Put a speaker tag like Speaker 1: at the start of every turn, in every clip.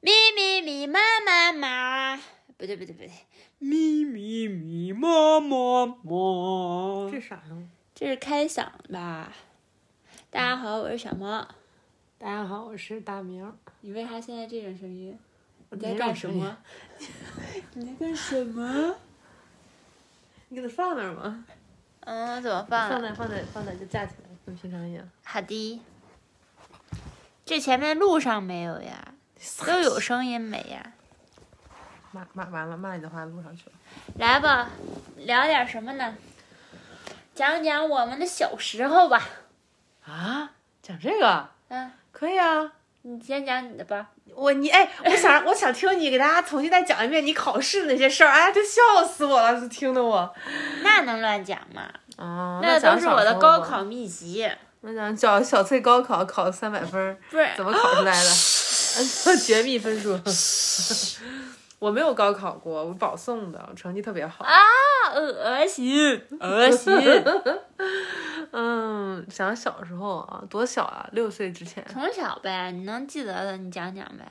Speaker 1: 咪咪咪，妈妈妈，不对不对不对，咪咪咪，妈妈妈，
Speaker 2: 这啥呢？
Speaker 1: 这是开嗓吧？大家好，我是小猫。
Speaker 2: 大家好，我是大明。
Speaker 1: 你为啥现在这种声音？
Speaker 2: 我
Speaker 1: 你在干什？么？你在干什么？
Speaker 2: 你给它放那儿吧。
Speaker 1: 嗯，怎么放
Speaker 2: 放
Speaker 1: 啊？
Speaker 2: 那儿，放那儿，放那儿，就架起来，跟平常一样。
Speaker 1: 好的。这前面路上没有呀？都有声音没呀？
Speaker 2: 骂骂完了，骂你的话录上去了。
Speaker 1: 来吧，聊点什么呢？讲讲我们的小时候吧。
Speaker 2: 啊，讲这个
Speaker 1: 嗯，
Speaker 2: 可以啊。
Speaker 1: 你先讲你的吧。
Speaker 2: 我你哎，我想我想听你给大家重新再讲一遍你考试那些事儿，哎，都笑死我了，就听得我。
Speaker 1: 那能乱讲吗？
Speaker 2: 啊，
Speaker 1: 那
Speaker 2: 讲
Speaker 1: 都是
Speaker 2: 小
Speaker 1: 我
Speaker 2: 时
Speaker 1: 的
Speaker 2: 候
Speaker 1: 高
Speaker 2: 吧。
Speaker 1: 考秘籍，
Speaker 2: 那讲小小翠高考考三百分儿，
Speaker 1: 不是
Speaker 2: 怎么考出来 的？绝密分 数。我没有高考过，我保送的，我成绩特别好。
Speaker 1: 啊，恶心，恶心。
Speaker 2: 嗯，想小时候啊，多小啊，六岁之前，
Speaker 1: 从小呗，你能记得的，你讲讲呗。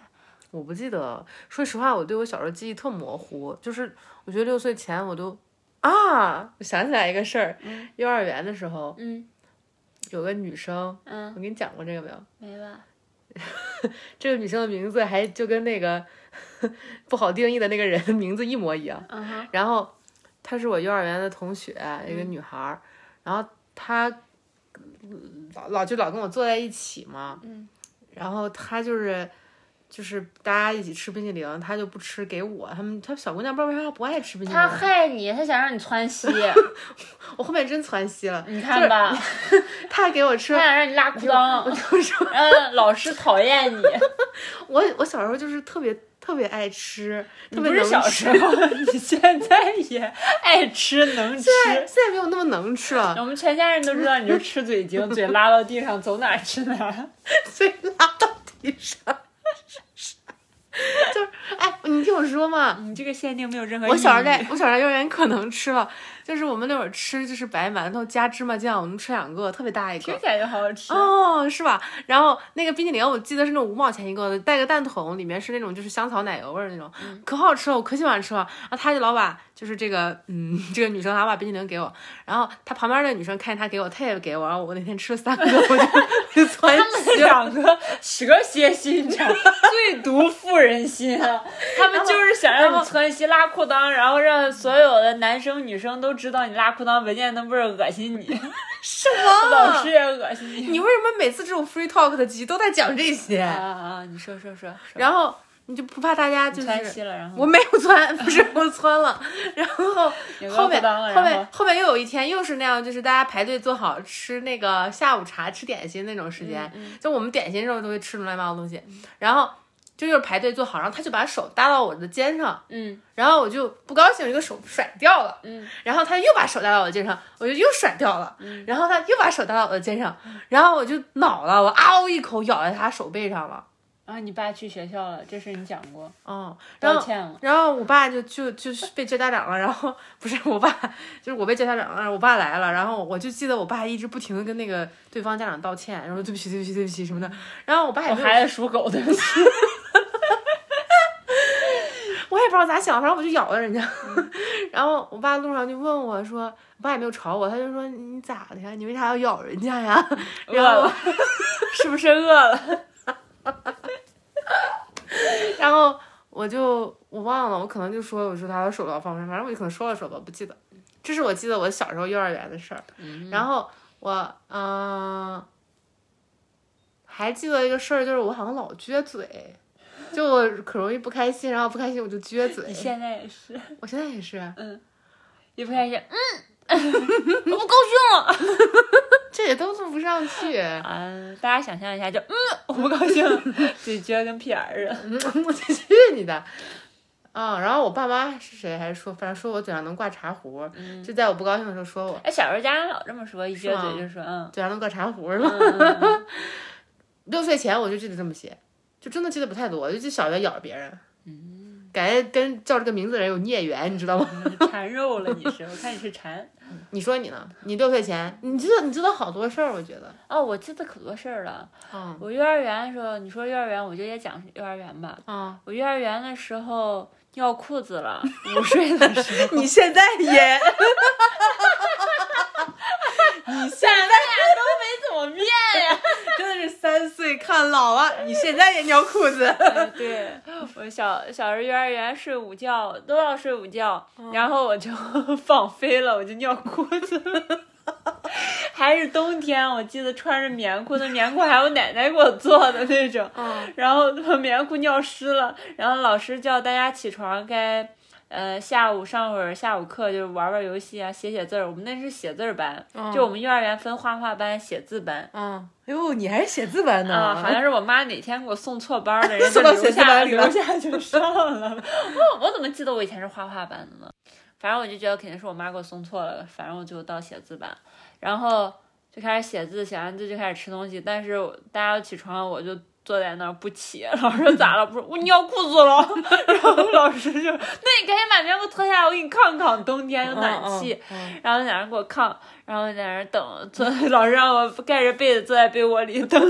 Speaker 2: 我不记得。说实话，我对我小时候记忆特模糊，就是我觉得六岁前我都啊，我想起来一个事儿，幼儿园的时候
Speaker 1: 嗯
Speaker 2: 有个女生，
Speaker 1: 嗯，
Speaker 2: 我给你讲过这个没有？
Speaker 1: 没吧？
Speaker 2: 这个女生的名字还就跟那个 不好定义的那个人的名字一模一样。
Speaker 1: 嗯哼，
Speaker 2: 然后她是我幼儿园的同学，一个
Speaker 1: 嗯
Speaker 2: 女孩儿，然后她嗯老老就老跟我坐在一起嘛，
Speaker 1: 嗯，
Speaker 2: 然后她就是。就是大家一起吃冰淇淋，她就不吃给我。他们她小姑娘不知道为啥不爱吃冰淇淋
Speaker 1: 他。害 你，他想让你窜 稀，
Speaker 2: 我后面真窜稀了，
Speaker 1: 你看 吧，
Speaker 2: 她还给我吃
Speaker 1: 他，想让你拉裤裆，
Speaker 2: 我就说
Speaker 1: 让嗯老师讨厌你。
Speaker 2: 我我小时候就是特别特别爱吃，
Speaker 1: 你
Speaker 2: 特
Speaker 1: 不
Speaker 2: 别
Speaker 1: 是
Speaker 2: 能
Speaker 1: 小
Speaker 2: 吃
Speaker 1: 时候，你现在也爱吃能吃。
Speaker 2: 现在现在没有那么能吃 了。
Speaker 1: 我们全家人都知道你是吃嘴精，嘴拉到地上，走哪儿吃哪 儿。
Speaker 2: 所以拉到地上。 就是，哎，你听我说嘛，
Speaker 1: 嗯你这个限定没有任何
Speaker 2: 我小时候
Speaker 1: 意义
Speaker 2: 在，我小时候在幼儿园可能吃了，就是我们那会儿吃就是白馒头加芝麻酱，我能吃两个，特别大一
Speaker 1: 听
Speaker 2: 个。
Speaker 1: 起来就好好吃。
Speaker 2: 哦，是吧？然后那个冰淇淋，我记得是那种五毛钱一个的，带个蛋筒，里面是那种就是香草奶油味儿的那种，
Speaker 1: 嗯
Speaker 2: 可好吃了，我可喜欢吃了。然后她就老把就是这个，嗯，这个女生老把冰淇淋给我，然后她旁边的女生看见她给我，她也给我，然后我那天吃了三个，我就我就窜
Speaker 1: 他们两个蛇蝎心肠，最毒妇人心 啊！他们就是想让你窜稀拉裤裆，然后让所有的男生女生都知道你拉裤裆，文件能不是恶心你，
Speaker 2: 什么
Speaker 1: 老师也恶心你。
Speaker 2: 你为什么每次这种 free talk 的集都在讲这些？
Speaker 1: 啊啊啊！你说说说，说
Speaker 2: 然后你就不怕大家就
Speaker 1: 窜稀
Speaker 2: 是
Speaker 1: 了，然后
Speaker 2: 我没有窜，不是我窜了。然后
Speaker 1: 有个
Speaker 2: 后面
Speaker 1: 裤裆了，
Speaker 2: 后
Speaker 1: 然
Speaker 2: 面
Speaker 1: 后
Speaker 2: 后面又有一天又是那样，就是大家排队坐好吃那个下午茶、吃点心那种时间，
Speaker 1: 嗯
Speaker 2: 就我们点心这种都会吃乱七八糟的东西。然后就又是排队坐好，然后他就把手搭到我的肩上，
Speaker 1: 嗯
Speaker 2: 然后我就不高兴，我这个手甩掉了。
Speaker 1: 嗯
Speaker 2: 然后他又把手搭到我肩上，我就又甩掉了。
Speaker 1: 嗯
Speaker 2: 然后他又把手搭到我的肩上，然后我就恼了，我嗷、一口咬在他手背上了。
Speaker 1: 然后啊你爸去学校了，这事你讲过，
Speaker 2: 嗯，然
Speaker 1: 道
Speaker 2: 后
Speaker 1: 歉了。
Speaker 2: 然后我爸就就就是被叫家长了，然 后不是我爸，就是我被叫家长了，我爸来了，然后我就记得我爸一直不停的跟那个对方家长道歉，然后说对不起对不起对不起什么的。然后我爸也
Speaker 1: 我
Speaker 2: 没有，
Speaker 1: 孩子属狗，对不起。
Speaker 2: 我也不知道咋想，反正我就咬了人家。然后我爸路上就问我说，我爸也没有吵我，他就说你咋的呀？你为啥要咬人家呀？
Speaker 1: 饿
Speaker 2: 然后我
Speaker 1: 了， 是不是饿了？
Speaker 2: 然后我就我忘了，我可能就说我说他的手到放不上，反正我就可能说了说吧，不记得。这是我记得我小时候幼儿园的事儿。
Speaker 1: 嗯
Speaker 2: 然后我嗯、还记得一个事儿，就是我好像老撅嘴，就我可容易不开心，然后不开心我就撅嘴
Speaker 1: 你。 现在也是。
Speaker 2: 我现在也是，
Speaker 1: 一不开心，嗯，我不 高兴了。
Speaker 2: 这也都录不 上去。
Speaker 1: 啊，大家想象一下，就嗯，我不高兴了， 嘴撅跟屁眼儿似的。
Speaker 2: 嗯，我去你的！啊、然后我爸妈是谁还是说，反正说我嘴上能挂茶壶，
Speaker 1: 嗯
Speaker 2: 就在我不高兴的时候说我
Speaker 1: 哎，小时候家长老这么说，一撅
Speaker 2: 吗
Speaker 1: 嘴就说 嗯
Speaker 2: 嘴上能挂茶壶了。
Speaker 1: 嗯嗯，嗯
Speaker 2: 六岁前我就记得这么些，就真的记得不太多，就记得小学咬着别人。嗯，感觉跟叫这个名字的人有孽缘，你知道吗？
Speaker 1: 嗯馋肉了你是？我看你是馋。
Speaker 2: 你说你呢？你六岁前，你知道你知道好多事儿，我觉得。
Speaker 1: 哦，我记得可多事儿了。
Speaker 2: 嗯
Speaker 1: 我幼儿园的时候，你说幼儿园，我就也讲幼儿园吧。
Speaker 2: 嗯，
Speaker 1: 我幼儿园的时候尿裤子了，午睡的时 候。
Speaker 3: 你现在 也，你现在
Speaker 1: 都没怎么变呀、
Speaker 3: 真的是三岁看老啊！你现在也尿裤 子，
Speaker 1: 对，我小小时候幼儿园睡午觉都要睡午觉， 然后我就放飞了，我就尿裤子了。 还是冬天，我记得穿着棉裤，那棉裤还有奶奶给我做的那种，然后把棉裤尿湿了，然后老师叫大家起床该。呃，下午上会儿下午课，就是玩玩游戏啊，写写字儿。我们那是写字儿班，就我们幼儿园分画画班、写字班。
Speaker 2: 嗯，
Speaker 3: 哎呦，你还是写字班呢？
Speaker 1: 啊，好像是我妈哪天给我送 错班儿了，人家
Speaker 3: 送到
Speaker 1: 留
Speaker 3: 写字
Speaker 1: 下
Speaker 3: 班里了
Speaker 1: 留下就 上了。哦我我怎么记得我以前是画画班的呢？反正我就觉得肯定是我妈给我送错了，反正我就到写字班，然后就开始写字，写完字就开始吃东西。但是我大家要起床，我就坐在那儿不起。老师说咋了？不是我尿裤子 了。然后老师就说那你赶紧把棉裤脱下来，我给你炕炕，冬天
Speaker 2: 嗯
Speaker 1: 有暖气。
Speaker 3: 嗯
Speaker 1: 然后在那儿给我炕，然后在那儿等，坐老师让我盖着被子坐在被窝里等。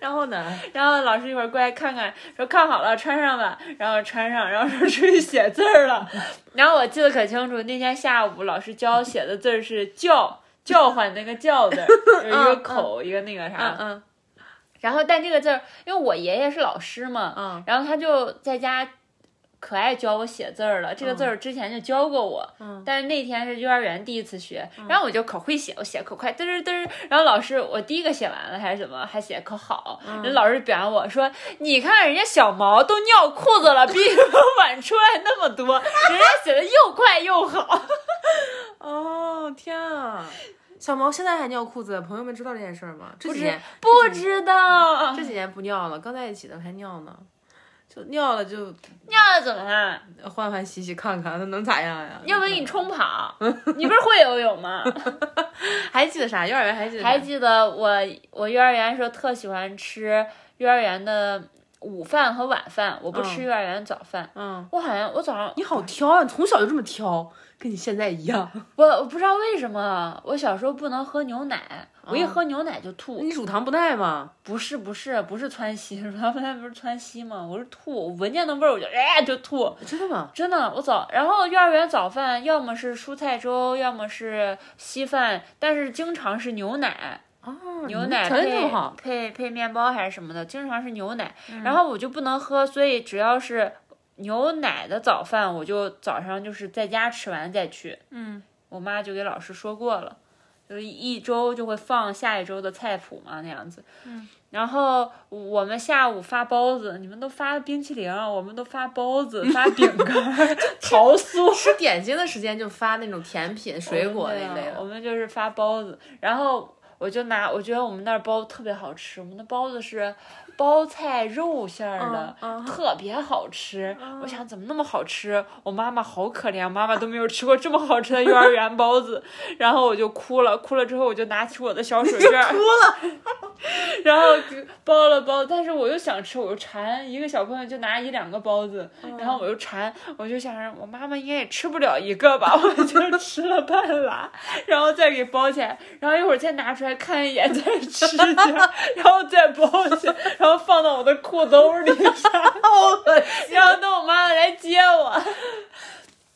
Speaker 3: 然后呢？
Speaker 2: 嗯
Speaker 1: 然后老师一会儿过来看看，说看好了穿上吧，然后穿上，然后说出去写字儿了。然后我记得可清楚，那天下午老师教写的字儿是叫叫唤那个叫字儿，有一个口一个那个啥。
Speaker 2: 嗯嗯
Speaker 1: 然后但这个字儿，因为我爷爷是老师嘛，
Speaker 2: 嗯
Speaker 1: 然后他就在家可爱教我写字儿了。这个字儿之前就教过我，
Speaker 2: 嗯
Speaker 1: 但是那天是幼儿园第一次学，然后我就可会写，我写可快，嘚儿嘚儿。然后老师，我第一个写完了还是怎么，还写可好。
Speaker 2: 嗯
Speaker 1: 人老师表扬我说：“你看人家小毛都尿裤子了，比我晚出来那么多，人家写的又快又 好。
Speaker 2: 哦天啊！ 小毛现在还尿裤子，朋友们知道这件事儿吗？这
Speaker 1: 不
Speaker 2: 几
Speaker 1: 知
Speaker 2: 年
Speaker 1: 不知道
Speaker 2: 这几年不尿了，刚在一起的还尿呢，就尿了就
Speaker 1: 尿了怎么了？
Speaker 2: 欢欢喜喜看看，那能咋样呀？
Speaker 1: 要不然你冲 跑，你不是会游泳吗？”
Speaker 2: 还记得啥？幼儿园还记得啥
Speaker 1: 还记得我我幼儿园的时候特喜欢吃幼儿园的午饭和晚饭，我不吃幼儿园的早饭。
Speaker 2: 嗯，
Speaker 1: 我好像我早上
Speaker 2: 你好挑啊，你从小就这么挑，跟你现在一样。
Speaker 1: 我我不知道为什么我小时候不能喝牛奶，我一喝牛奶就吐。
Speaker 2: 你乳糖不耐吗？
Speaker 1: 不是不是不是窜稀， 乳糖不耐不是窜稀吗？我是吐，我闻见那味儿我就哎就吐。
Speaker 2: 真的吗？
Speaker 1: 真的，我早，然后幼儿园早饭要么是蔬菜粥，要么是稀饭，但是经常是牛奶。
Speaker 2: 啊，
Speaker 1: 牛奶
Speaker 2: 条件这
Speaker 1: 配
Speaker 2: 么好，嗯
Speaker 1: 配配面包还是什么的，经常是牛奶，然后我就不能喝，所以只要是牛奶的早饭，我就早上就是在家吃完再去。
Speaker 2: 嗯，
Speaker 1: 我妈就给老师说过了，就是一周就会放下一周的菜谱嘛，那样子。
Speaker 2: 嗯，
Speaker 1: 然后我们下午发包子，你们都发冰淇淋，啊我们都发包子、发饼 干、桃酥。
Speaker 2: 吃点心的时间就发那种甜品、水果那
Speaker 1: 对啊
Speaker 2: 类
Speaker 1: 我
Speaker 2: 的。
Speaker 1: 们就是发包子，然后我就拿，我觉得我们那儿包子特别好吃，我们的包子是包菜肉馅儿的，
Speaker 2: 嗯嗯嗯
Speaker 1: 特别好吃。我想怎么那么好吃？我妈妈好可怜，妈妈都没有吃过这么好吃的幼儿园包子。 然后我就哭了，哭了之后我就拿起我的小手绢 儿， 然后就包了包，但是我又想吃，我又馋，一个小朋友就拿一两个包子，
Speaker 2: 嗯
Speaker 1: 然后我又馋，我就想着我妈妈应该也吃不了一个吧， 我就吃了半拉，然后再给包起来，然后一会儿再拿出来看一眼，再吃点儿，然后再包起来，然后放到我的裤兜里啥的，然后等我妈妈来接我。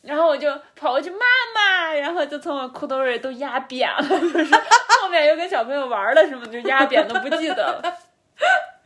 Speaker 1: 然后我就跑过去，妈妈，然后就从我裤兜里都压扁了，就是后面又跟小朋友玩了什么，就压扁都不记得了。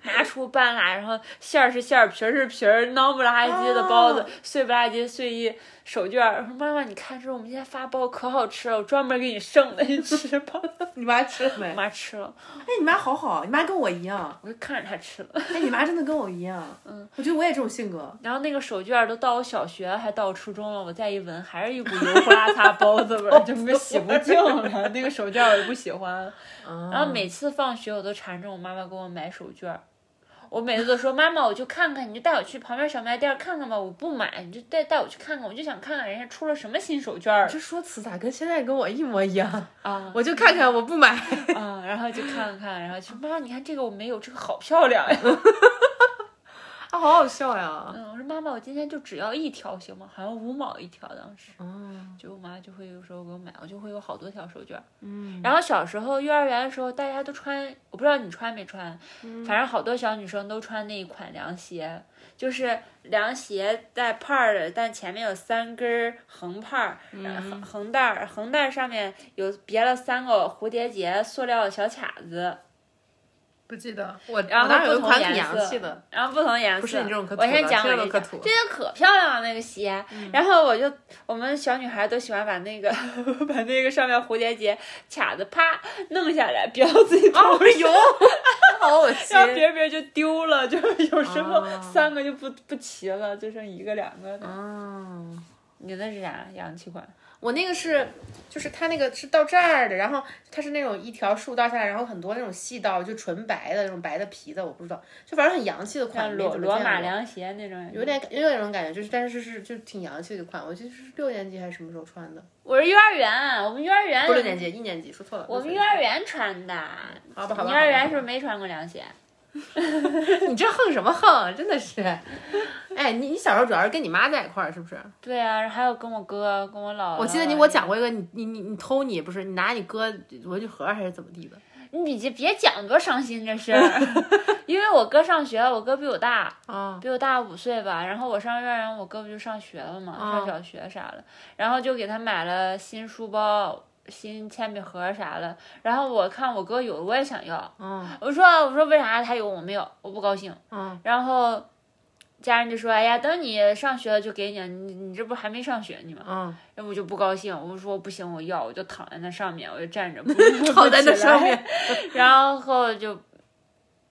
Speaker 1: 拿出半拉，然后馅儿是馅儿，皮儿是皮儿，孬不拉几的包子，碎不拉几碎一手绢儿。我说妈妈，你看，这是我们家发包可好吃了，我专门给你剩的，你吃吧。
Speaker 2: 你妈吃了没
Speaker 1: 我？妈吃了，
Speaker 2: 哎，你妈好好，你妈跟我一样。
Speaker 1: 我就看着她吃了。
Speaker 2: 哎，你妈真的跟我一样。嗯，我觉得我也这种性格。
Speaker 1: 然后那个手绢儿都到我小学，还到我初中了，我再一闻，还是一股油泼拉撒包子味儿，整个洗不净了。 那个手绢儿我也不喜欢了。
Speaker 2: 嗯
Speaker 1: 然后每次放学我都缠着我妈妈给我买手绢儿，我每次都说妈妈，我就看看，你就带我去旁边小卖店儿看看吧，我不买，你就带带我去看看，我就想看看人家出了什么新手绢儿
Speaker 2: 这说辞咋跟现在跟我一模一样？
Speaker 1: 啊
Speaker 2: 我就看看，我不买。
Speaker 1: 啊，然后就看看，然后就妈妈，你看这个我没有，这个好漂亮呀。
Speaker 2: 啊，好好笑呀！
Speaker 1: 嗯，我说妈妈，我今天就只要一条行吗？好像五毛一条，当时
Speaker 2: 嗯
Speaker 1: 就我妈就会有时候给我买，我就会有好多条手绢儿。
Speaker 2: 嗯，
Speaker 1: 然后小时候幼儿园的时候，大家都穿，我不知道你穿没穿，反正好多小女生都穿那一款凉鞋，就是凉鞋带帕儿的，但前面有三根儿横帕儿，然后横横带儿，横带儿上面有别了三个蝴蝶结塑料小卡子，
Speaker 2: 不记得我，
Speaker 1: 然后
Speaker 2: 然后有一
Speaker 1: 不同
Speaker 2: 款
Speaker 1: 颜
Speaker 2: 挺洋
Speaker 1: 色
Speaker 2: 气的，
Speaker 1: 然后不同颜色。
Speaker 2: 不是你这种可土
Speaker 1: 我
Speaker 2: 了，
Speaker 1: 先讲
Speaker 2: 这
Speaker 1: 我
Speaker 2: 种
Speaker 1: 这
Speaker 2: 可
Speaker 1: 个
Speaker 2: 土了
Speaker 1: 这。个可嗯漂亮了那个鞋，然后我就我们小女孩都喜欢把那个 把那个上面蝴蝶结卡子啪弄下来标自 己头上，
Speaker 2: 哎呦，好恶心
Speaker 1: 要！别别就丢了， 就是有时候
Speaker 2: 啊
Speaker 1: 三个就不不齐了，就剩一个两个的。
Speaker 2: 嗯，
Speaker 1: 你那是啥洋气款？
Speaker 2: 我那个是，就是它那个是到这儿的，然后它是那种一条竖道下来，然后很多那种细道，就纯白的那种白的皮的，我不知道，就反正很洋气的款，
Speaker 1: 像
Speaker 2: 没
Speaker 1: 罗
Speaker 2: 怎么
Speaker 1: 罗
Speaker 2: 见
Speaker 1: 马
Speaker 2: 过
Speaker 1: 凉鞋那种。
Speaker 2: 有。点有点那种感觉，就是但是是就挺洋气的一款，我记得是六年级还是什么时候穿的，
Speaker 1: 我是幼儿园，我们幼儿园
Speaker 2: 不是六年级，一年级说错了。
Speaker 1: 我们
Speaker 2: 六
Speaker 1: 幼
Speaker 2: 岁
Speaker 1: 儿园穿的。
Speaker 2: 好吧好吧，
Speaker 1: 你幼儿园
Speaker 2: 好
Speaker 1: 啊是不是没穿过凉鞋？
Speaker 2: 吧你这横什么横，真的是，哎，你你小时候主要是跟你妈在一块儿，是不是？
Speaker 1: 对啊，还有跟我哥、跟我姥姥。啊
Speaker 2: 我记得你给我讲过一个，你你你你偷你不是你拿你哥文具盒还是怎么地的？
Speaker 1: 你这别讲多伤心这 事儿，因为我哥上学了，我哥比我大，
Speaker 2: 啊
Speaker 1: 比我大五岁吧。然后我上幼儿园，我哥不就上学了嘛，
Speaker 2: 嗯
Speaker 1: 上小学啥的，然后就给他买了新书包、新铅笔盒啥的。然后我看我哥有，我也想要。
Speaker 2: 嗯
Speaker 1: 我说我说为啥他有我没有？我不高兴。
Speaker 2: 嗯
Speaker 1: 然后家人就说：“哎呀，等你上学了就给你，你你这不还没上学呢吗？”
Speaker 2: 嗯，
Speaker 1: 然后我就不高兴，我说不行，我要，我就躺在那上面，我就站 着，
Speaker 2: 套在那上面，
Speaker 1: 然后就，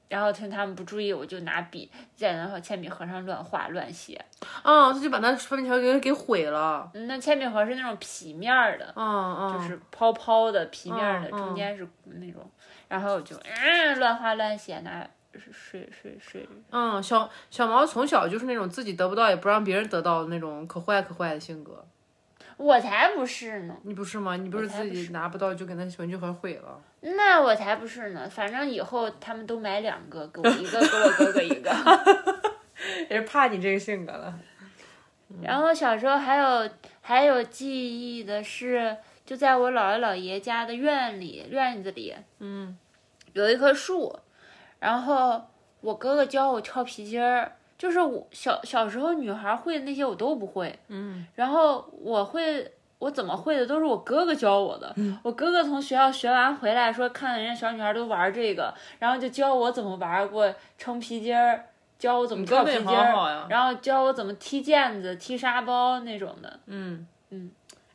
Speaker 1: 然后趁他们不注意，我就拿笔在那和铅笔盒上乱画乱写。
Speaker 2: 啊，他就把那双面条给给毁了，
Speaker 1: 嗯那铅笔盒是那种皮面儿的，
Speaker 2: 嗯嗯，
Speaker 1: 就是泡泡的皮面儿的，
Speaker 2: 嗯嗯
Speaker 1: 中间是那种，然后我就嗯乱画乱写，拿水水水
Speaker 2: 嗯，小小毛从小就是那种自己得不到也不让别人得到的那种可坏可坏的性格，
Speaker 1: 我才不是呢，
Speaker 2: 你不是吗？你不是
Speaker 1: 我才
Speaker 2: 自
Speaker 1: 不
Speaker 2: 己拿不到就给那文具盒毁了？
Speaker 1: 那我才不是呢，反正以后他们都买两个，给我一个，给我哥哥一个。
Speaker 2: 也是怕你这个性格了。
Speaker 1: 然后小时候还有还有记忆的是，就在我姥姥姥爷家的院里院子里，
Speaker 2: 嗯
Speaker 1: 有一棵树，然后我哥哥教我跳皮筋儿，就是我小小时候女孩会的那些我都不会，
Speaker 2: 嗯，
Speaker 1: 然后我会。我怎么会的都是我哥哥教我的。
Speaker 2: 嗯
Speaker 1: 我哥哥从学校学完回来，说看人家小女孩都玩这个，然后就教我怎么玩，给我撑皮筋儿，教我怎么
Speaker 2: 你
Speaker 1: 跳
Speaker 2: 哥
Speaker 1: 皮
Speaker 2: 哥也
Speaker 1: 筋
Speaker 2: 好
Speaker 1: 儿，
Speaker 2: 好啊呀。
Speaker 1: 然后教我怎么踢毽子、踢沙包那种的。
Speaker 2: 嗯
Speaker 1: 嗯，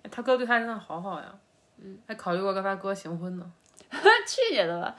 Speaker 2: 哎他哥对他真的好好呀。嗯，还考虑过跟他哥行婚呢。
Speaker 1: 去你的吧！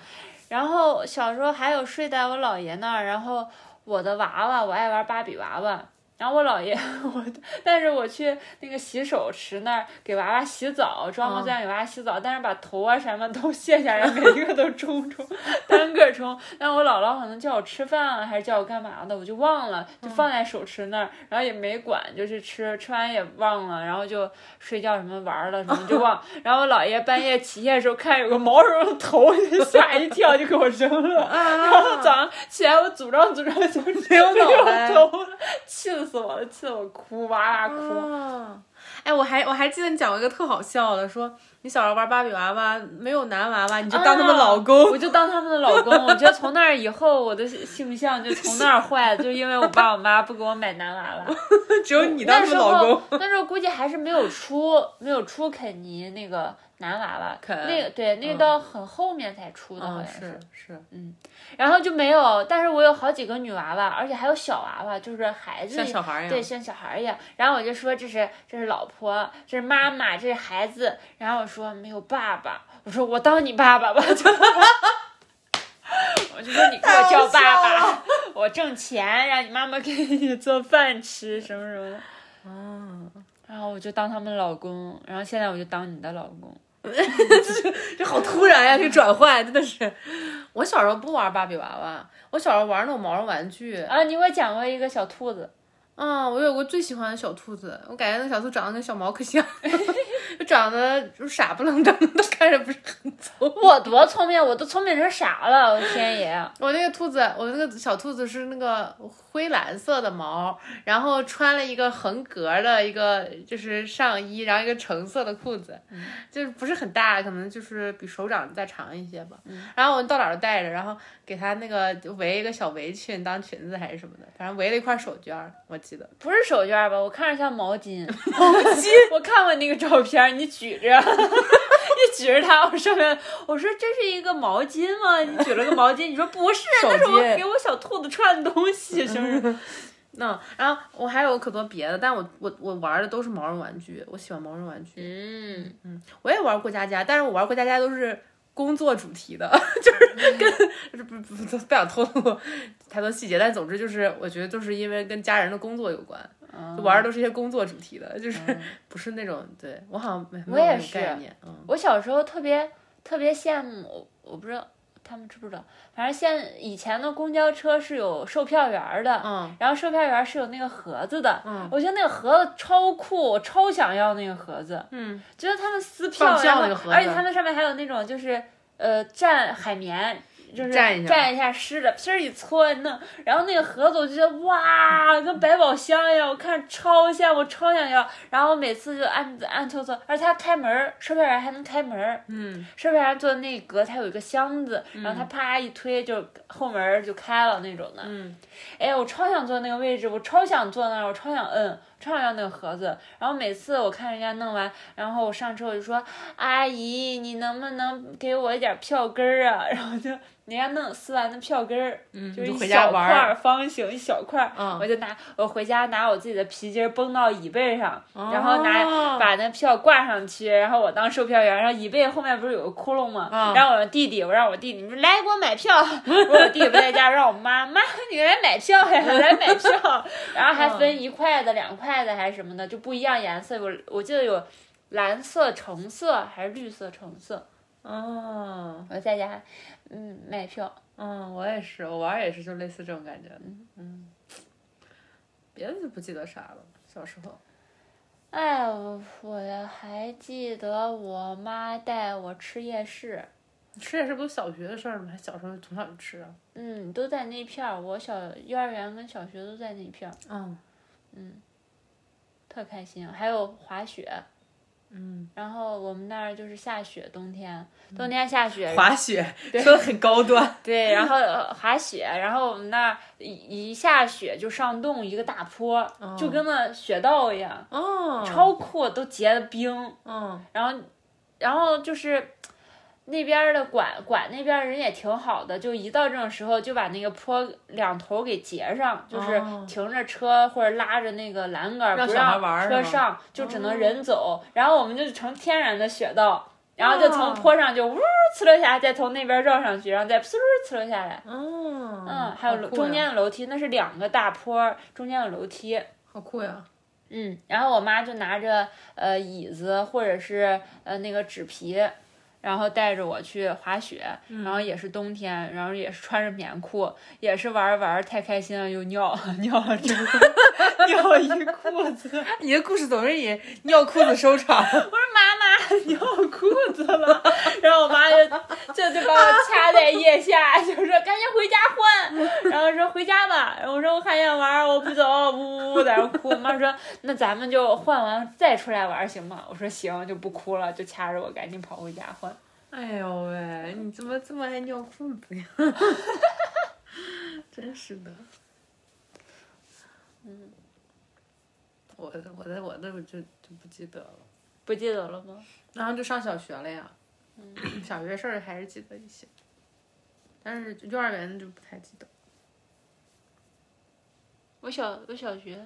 Speaker 1: 然后小时候还有睡在我姥爷那儿，然后我的娃娃，我爱玩芭比娃娃。然后我姥爷，我但是我去那个洗手池那儿给娃娃洗澡，装模作样给娃娃洗澡，但是把头啊什么都卸下来，每一个都冲冲，单个冲。但我姥姥可能叫我吃饭啊，还是叫我干嘛的，我就忘了，就放在手池那儿，然后也没管，就是吃，吃完也忘了，然后就睡觉什么玩儿了什么就忘。然后我姥爷半夜起夜的时候看有个毛茸茸的头，就吓一跳，就给我扔了。然后早上起来我组装组装就没有
Speaker 2: 脑袋
Speaker 1: 头了，气死我了，气得我哭哇哇哭。
Speaker 2: 啊，哎，我还我还记得你讲过一个特好笑的，说你小时候玩芭比娃娃没有男娃娃，你就当他们老公。
Speaker 1: 我就当他们的老公，我觉得从那儿以后，我的性向就从 那儿坏了，就因为我爸我妈不给我买男娃娃。
Speaker 2: 只有你当
Speaker 1: 那
Speaker 2: 他
Speaker 1: 时
Speaker 2: 们
Speaker 1: 候
Speaker 2: 老公。
Speaker 1: 那时候估计还是没有出，没有出肯尼那个男娃娃，
Speaker 2: 肯
Speaker 1: 那个对那个
Speaker 2: 嗯
Speaker 1: 到很后面才出的，好像
Speaker 2: 是是，
Speaker 1: 然后就没有，但是我有好几个女娃娃，而且还有小娃娃，就是孩子
Speaker 2: 像小孩一样。
Speaker 1: 对，像小孩一样。然后我就说这是这是老婆，这是妈妈，这是孩子。然后我说没有爸爸，我说我当你爸爸吧， 就我就说你给我叫爸
Speaker 2: 太好
Speaker 1: 爸，我挣钱，让你妈妈给你做饭吃什么什么的。
Speaker 2: 啊，
Speaker 1: 然后我就当他们老公，然后现在我就当你的老公。
Speaker 2: 这好突然呀，这个转换真的是。 我小时候不玩芭比娃娃，我小时候玩那种毛绒玩具。啊
Speaker 1: 啊，你给我讲过一个小兔子，
Speaker 2: 嗯，我有个最喜欢的小兔子，我感觉那小兔长得跟小毛可像， 就长得就傻不愣登的， 看着不是很聪明。
Speaker 1: 我多聪明，我都聪明成啥了？我天爷！啊
Speaker 2: 我那个兔子，我那个小兔子是那个灰蓝色的毛，然后穿了一个横格的一个就是上衣，然后一个橙色的裤子， 就是不是很大，可能就是比手掌再长一些吧。然后我到哪儿都带着，然后给它那个就围一个小围裙当裙子还是什么的，反正围了一块手绢儿，我记得。
Speaker 1: 不是手绢儿吧？我看着像毛巾。毛巾？ 我看过那个照片，你举着， 你举着它，我上面我说这是一个毛巾吗？你举了个毛巾，你说不是，
Speaker 2: 手
Speaker 1: 那是我
Speaker 2: 巾
Speaker 1: 给我小兔子穿的东西，是不是？
Speaker 2: 嗯，然后我还有可多别的，但我我我玩的都是毛绒玩具，我喜欢毛绒玩具。
Speaker 1: 嗯，
Speaker 2: 我也玩过家家，但是我玩过家家都是工作主题的， 就是跟就是不不不想透露太多细节，但总之就是我觉得都是因为跟家人的工作有关，就玩的都是一些工作主题的，就是 不是那种对嗯我好像没没
Speaker 1: 我也
Speaker 2: 有那种
Speaker 1: 是
Speaker 2: 概念，嗯，
Speaker 1: 我小时候特别特别羡慕，我我不知道他们知不知道，反正现以前的公交车是有售票员儿的，
Speaker 2: 嗯，
Speaker 1: 然后售票员儿是有那个盒子的，嗯，我觉得那个盒子超酷，我超想要那个盒子，
Speaker 2: 嗯，
Speaker 1: 觉得他们撕票，
Speaker 2: 放票
Speaker 1: 然后
Speaker 2: 那个盒子
Speaker 1: 而且他们上面还有那种就是呃蘸海绵。就是
Speaker 2: 蘸一下
Speaker 1: 蘸一下湿的，皮儿一搓一弄，然后那个盒子我就觉得哇，跟百宝箱一样，我看着超羡慕，超想要。然后我每次就按按错错，而且它开门儿，售票员还能开门儿，
Speaker 2: 嗯，
Speaker 1: 售票员坐的那一格，它有一个箱子，然后它啪一推就后门儿就开了那种的。
Speaker 2: 嗯，
Speaker 1: 哎，我超想坐那个位置，我超想坐那儿，我超想摁，超想要那个盒子。然后每次我看人家弄完，然后我上车我就说：“阿姨，你能不能给我一点票根儿啊？” 然后就人家弄撕完的票根儿，
Speaker 2: 嗯
Speaker 1: 就是
Speaker 2: 就
Speaker 1: 一
Speaker 2: 回家
Speaker 1: 小块
Speaker 2: 玩
Speaker 1: 儿
Speaker 2: 儿，
Speaker 1: 方形一小块儿，
Speaker 2: 嗯
Speaker 1: 我就拿我回家拿我自己的皮筋儿绷到椅背上，然后
Speaker 2: 哦
Speaker 1: 拿把那票挂上去，然后我当售票员，然后椅背后面不是有个窟窿吗？
Speaker 2: 嗯
Speaker 1: 然后我弟弟，我让我弟弟，你说来给我买票，我说我弟弟不在家，让我妈妈你来买票呀，来买票，然后还分一块的、两块的还是什么的，就不一样颜色，我我记得有蓝色、橙色还是绿色、橙色，
Speaker 2: 哦，
Speaker 1: 我在家嗯买票。
Speaker 2: 嗯，我也是，我玩儿也是，就类似这种感觉，嗯嗯，别的就不记得啥了，小时候，
Speaker 1: 哎，我我还记得我妈带我吃夜市，
Speaker 2: 吃也是不都小学的事儿吗？还小时候从小就吃啊，
Speaker 1: 嗯，都在那片儿。我小幼儿园跟小学都在那片儿，
Speaker 2: 嗯
Speaker 1: 特开心。还有滑雪，
Speaker 2: 嗯。
Speaker 1: 然后我们那儿就是下雪，冬天，冬天下雪，
Speaker 3: 滑雪说的很高端，
Speaker 1: 对，然后呃滑雪，然后我们那儿一一下雪就上冻一个大坡，就跟那雪道一样，
Speaker 2: 哦，
Speaker 1: 超酷，都结了冰。
Speaker 2: 嗯
Speaker 1: 然后，然后就是那边儿的管管那边儿人也挺好的，就一到这种时候就把那个坡两头给截上，就是
Speaker 2: 哦
Speaker 1: 停着车或者拉着那个栏杆儿，
Speaker 2: 让
Speaker 1: 不
Speaker 2: 小孩
Speaker 1: 让
Speaker 2: 玩
Speaker 1: 车
Speaker 2: 儿是吗哦
Speaker 1: 上，就只能人走。然后我们就成天然的雪道。然后就从
Speaker 2: 哦
Speaker 1: 坡上就呜呲溜下来，再从那边绕上去，然后再呲溜呲溜下来。
Speaker 2: 嗯
Speaker 1: 嗯，还有楼中间的楼梯，那是两个大坡儿，中间有楼梯。
Speaker 2: 好酷呀，
Speaker 1: 嗯，然后我妈就拿着呃椅子或者是呃那个纸皮，然后带着我去滑雪，然后也是冬天，然后也是穿着棉裤，也是玩儿玩儿太开心了又尿了 尿了之后尿一裤子，
Speaker 3: 你的故事总是以尿裤子收场。
Speaker 1: 妈妈尿裤子了， 然后我妈就就就把我掐在腋下，就说赶紧回家换，然后说回家吧，然后我说我还想玩，我不走，呜呜呜在那哭。我妈说那咱们就换完再出来玩行吗？我说行，就不哭了，就掐着我赶紧跑回家换。
Speaker 2: 哎呦喂，你怎么这么爱尿裤子呀？真是的，嗯，我的我的我的我就就不记得了，
Speaker 1: 不记得了吗？
Speaker 2: 然后就上小学了呀，小学事儿还是记得一些，但是幼儿园就不太记得。
Speaker 1: 我小我小学，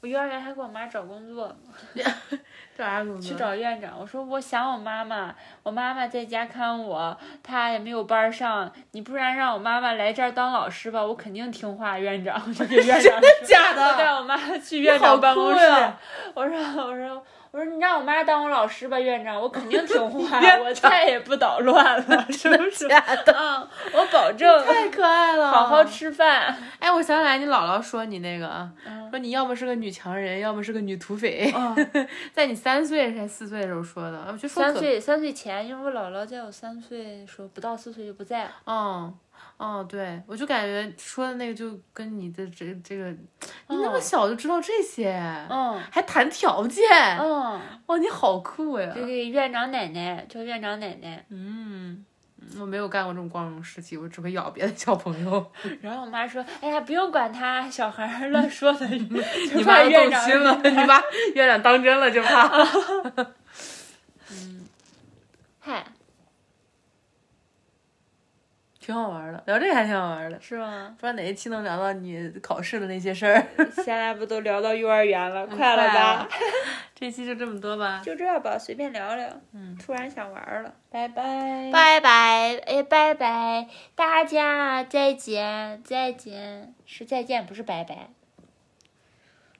Speaker 1: 我幼儿园还给我妈找工作，
Speaker 2: 这啥工
Speaker 1: 去
Speaker 2: 作？
Speaker 1: 找院长，我说我想我妈妈，我妈妈在家看我，她也没有班儿上，你不然让我妈妈来这儿当老师吧，我肯定听话。院 长，我就给院长说，
Speaker 3: 假
Speaker 1: 我带
Speaker 3: 的？
Speaker 1: 我妈去院长办公室，
Speaker 3: 你好酷呀
Speaker 1: 我说我说我说你让我妈当我老师吧，院长，我肯定听话，我再也不捣乱了，是不是？啊，我保证
Speaker 2: 太可爱了，
Speaker 1: 好好吃 饭。
Speaker 2: 哎，我想起来，你姥姥说你那个啊，说你要么是个女强人，要么是个女土匪，在你三岁还是四岁的时候说的，我觉得说
Speaker 1: 三
Speaker 2: 可，
Speaker 1: 岁，三岁前，因为我姥姥在我三岁的时候，不到四岁就不在了。
Speaker 2: 嗯。哦，对，我就感觉说的那个就跟你的这这个，你那么
Speaker 1: 嗯
Speaker 2: 小就知道这些，
Speaker 1: 嗯
Speaker 2: 还谈条件，
Speaker 1: 嗯，
Speaker 2: 哇，你好酷呀！
Speaker 1: 就给院长奶奶叫院长奶奶，
Speaker 2: 嗯，我没有干过这种光荣事迹，我只会咬别的小朋 友。
Speaker 1: 然后我妈说：“哎呀，不用管他，小孩儿乱说 的。”你
Speaker 2: 你妈都
Speaker 1: 院
Speaker 2: 动
Speaker 1: 长嗯
Speaker 2: 心 了，你妈院长当真了，就怕。
Speaker 1: 嗨，
Speaker 2: 挺好玩的，聊这个还挺好玩的。
Speaker 1: 是吗？
Speaker 2: 不知道哪一期能聊到你考试的那些事儿。
Speaker 1: 现 在不都聊到幼儿园了，快了
Speaker 2: 了
Speaker 1: 吧？
Speaker 2: 这期就这么多吧。
Speaker 1: 就这吧，随便聊聊。嗯，突然想玩儿了，拜拜。
Speaker 4: 拜拜，哎，拜拜，大家再见，再见，
Speaker 1: 是再见，不是拜拜，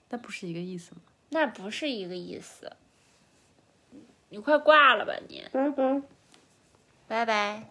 Speaker 2: 那不是一个意思吗？
Speaker 1: 那不是一个意思。你快挂了吧你。
Speaker 4: 拜拜。